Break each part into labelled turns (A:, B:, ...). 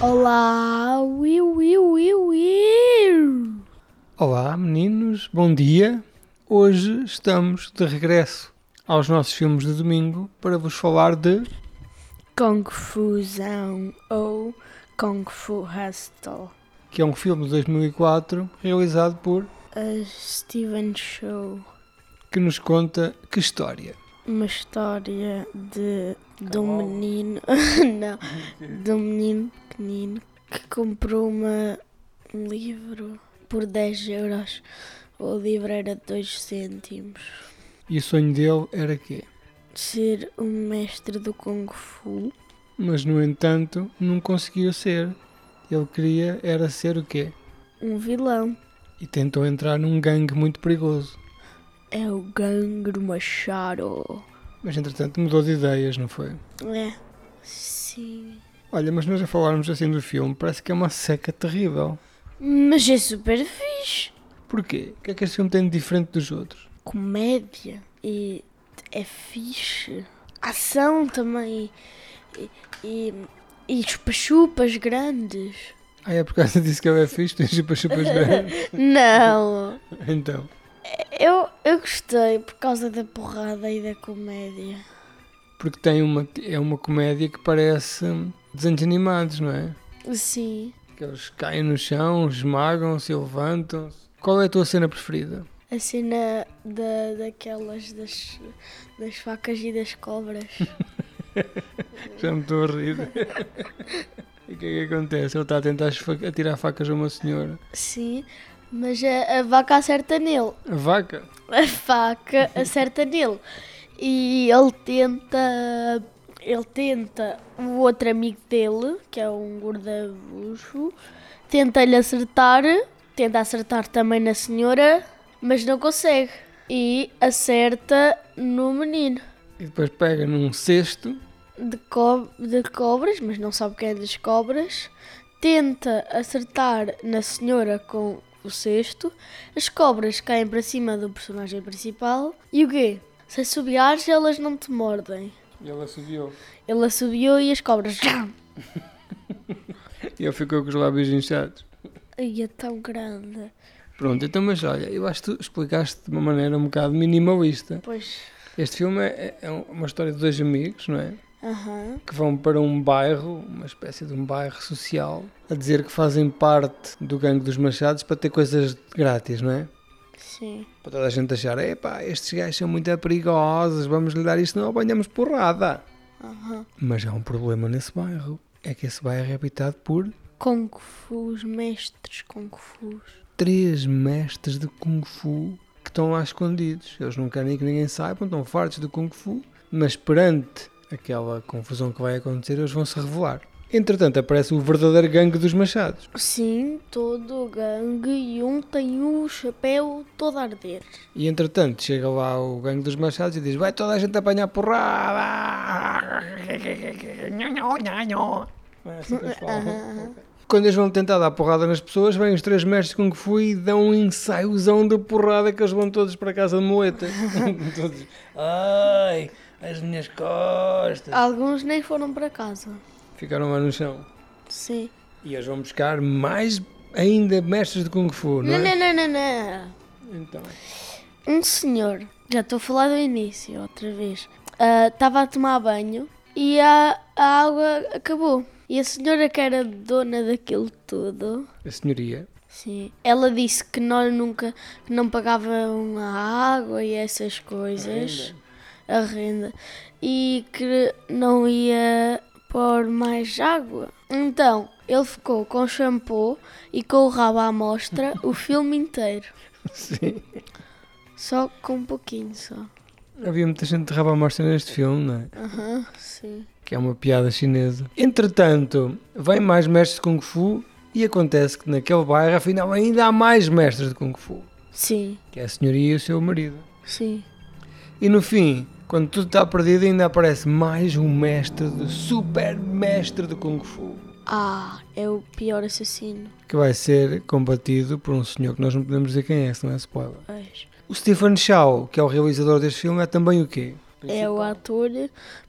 A: Olá, Will, Will, Will, Will.
B: Olá, meninos, bom dia. Hoje estamos de regresso aos nossos filmes de domingo para vos falar de.
A: Confusão ou Kung Fu Hustle.
B: que é um filme de 2004 realizado por.
A: A Steven Show.
B: que nos conta que história.
A: Uma história de, de um
B: Cavalo.
A: menino. Não, de um menino pequenino que comprou uma, um livro por 10 euros. O livro era 2 cêntimos.
B: E o sonho dele era quê?
A: Ser um mestre do Kung Fu.
B: Mas, no entanto, não conseguiu ser. Ele queria era ser o quê?
A: Um vilão.
B: E tentou entrar num gangue muito perigoso.
A: É o Gangro Machado.
B: Mas, entretanto, mudou de ideias, não foi?
A: É. Sim.
B: Olha, mas nós a falarmos assim do filme, parece que é uma seca terrível.
A: Mas é super fixe.
B: Porquê? O que é que este filme tem de diferente dos outros?
A: Comédia. E é fixe. Ação também. E, e, e chupa-chupas grandes.
B: Ah, é por causa disso que eu é fixe, tem chupa-chupas grandes.
A: Não.
B: Então,
A: Eu, eu gostei por causa da porrada e da comédia.
B: porque tem uma, é uma comédia que parece desenhos animados, não é?
A: Sim.
B: Que eles caem no chão, esmagam-se, levantam-se. Qual é a tua cena preferida?
A: A cena da, daquelas das, das facas e das cobras.
B: Já me estou a rir. e o que é que acontece? Ele está a tentar esfa- atirar facas a uma senhora.
A: Sim. Mas a- a vaca acerta nele.
B: A vaca?
A: a faca acerta nele e ele tenta ele tenta o outro amigo dele que é um gordabucho tenta lhe acertar tenta acertar também na senhora mas não consegue e acerta no menino
B: E depois pega num cesto.
A: de, co- de cobras mas não sabe quem é das cobras tenta acertar na senhora com o cesto, as cobras caem para cima do personagem principal e o quê? Se assobiares, elas não te mordem.
B: E ela subiu.
A: Ele assobiou e as cobras.
B: E ele ficou com os lábios inchados.
A: Ai, é tão grande.
B: Pronto, então, mas olha, eu acho que tu explicaste de uma maneira um bocado minimalista.
A: Pois.
B: Este filme é, é uma história de dois amigos, não é?
A: Aham.
B: Que vão para um bairro, uma espécie de um bairro social, a dizer que fazem parte do gangue dos machados para ter coisas grátis, não é?
A: Sim.
B: Para toda a gente achar, epá, estes gajos são muito perigosos, vamos lhe dar isto, não apanhamos porrada.
A: Aham.
B: Mas há um problema nesse bairro. É que esse bairro é habitado por
A: Kung Fus, mestres Kung Fus.
B: três mestres de Kung Fu que estão lá escondidos. Eles não querem que ninguém saiba, estão fartos do Kung Fu, mas perante aquela confusão que vai acontecer, eles vão se revelar. Entretanto, aparece o verdadeiro gangue dos machados.
A: Sim, todo o gangue e um tem o chapéu todo a arder.
B: E entretanto, chega lá o gangue dos machados e diz: Vai toda a gente apanhar porrada! Não é assim que eles falam. Quando eles vão tentar dar porrada nas pessoas, vêm os três mestres com que fui e dão um ensaiozão de porrada que eles vão todos para casa de moetas. todos. Ai, as minhas costas.
A: Alguns nem foram para casa.
B: Ficaram lá no chão.
A: Sim.
B: E eles vão buscar mais ainda mestres de Kung Fu, não
A: Não,
B: é?
A: não, não, não, não.
B: Então,
A: Um senhor, já estou a falar do início outra vez, ah, estava a tomar banho e a, a água acabou. E a senhora que era dona daquilo tudo,
B: a senhoria.
A: sim, ela disse que nós nunca, que não pagavam a água e essas coisas, a renda, e que não ia pôr mais água. Então, ele ficou com shampoo e com o rabo à mostra o filme inteiro.
B: Sim.
A: Só com um pouquinho só.
B: Havia muita gente de rabo à mostra neste filme, não é?
A: Aham, sim.
B: que é uma piada chinesa. Entretanto, vem mais mestres de Kung Fu e acontece que naquele bairro, afinal, ainda há mais mestres de Kung Fu,
A: Sim,
B: que é a senhoria e o seu marido.
A: sim.
B: E no fim, quando tudo está perdido, ainda aparece mais um mestre de super mestre de Kung Fu,
A: Ah, é o pior assassino.
B: que vai ser combatido por um senhor que nós não podemos dizer quem é, se não é spoiler.
A: Pois.
B: O Stephen Chow, que é o realizador deste filme, é também o quê?
A: É o ator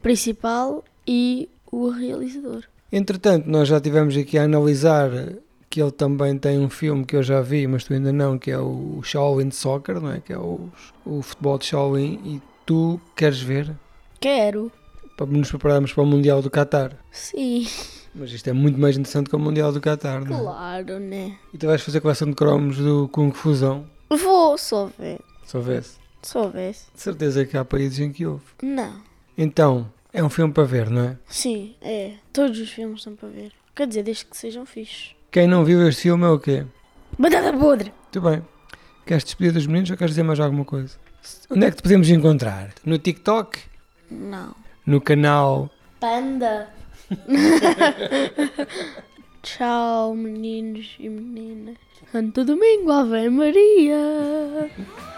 A: principal e o realizador.
B: Entretanto, nós já tivemos aqui a analisar que ele também tem um filme que eu já vi, mas tu ainda não, que é o Shaolin Soccer, não é? Que é o, o futebol de Shaolin. E tu queres ver
A: Quero.
B: para nos prepararmos para o Mundial do Qatar.
A: Sim.
B: Mas isto é muito mais interessante que o Mundial do Qatar, não é?
A: Claro, né?
B: E tu vais fazer a coleção de cromos do Kung Fusão,
A: Vou, só ver.
B: se houvesse.
A: Só ver.
B: De certeza que há países em que houve.
A: Não.
B: Então, é um filme para ver, não é?
A: Sim, é. Todos os filmes são para ver. Quer dizer, desde que sejam fixos.
B: Quem não viu este filme é o quê?
A: Batata podre!
B: Muito bem. Queres despedir dos meninos ou queres dizer mais alguma coisa? Onde é que te podemos encontrar? No TikTok?
A: Não.
B: No canal?
A: Panda! Tchau, meninos e meninas. Santo Domingo, Ave Maria!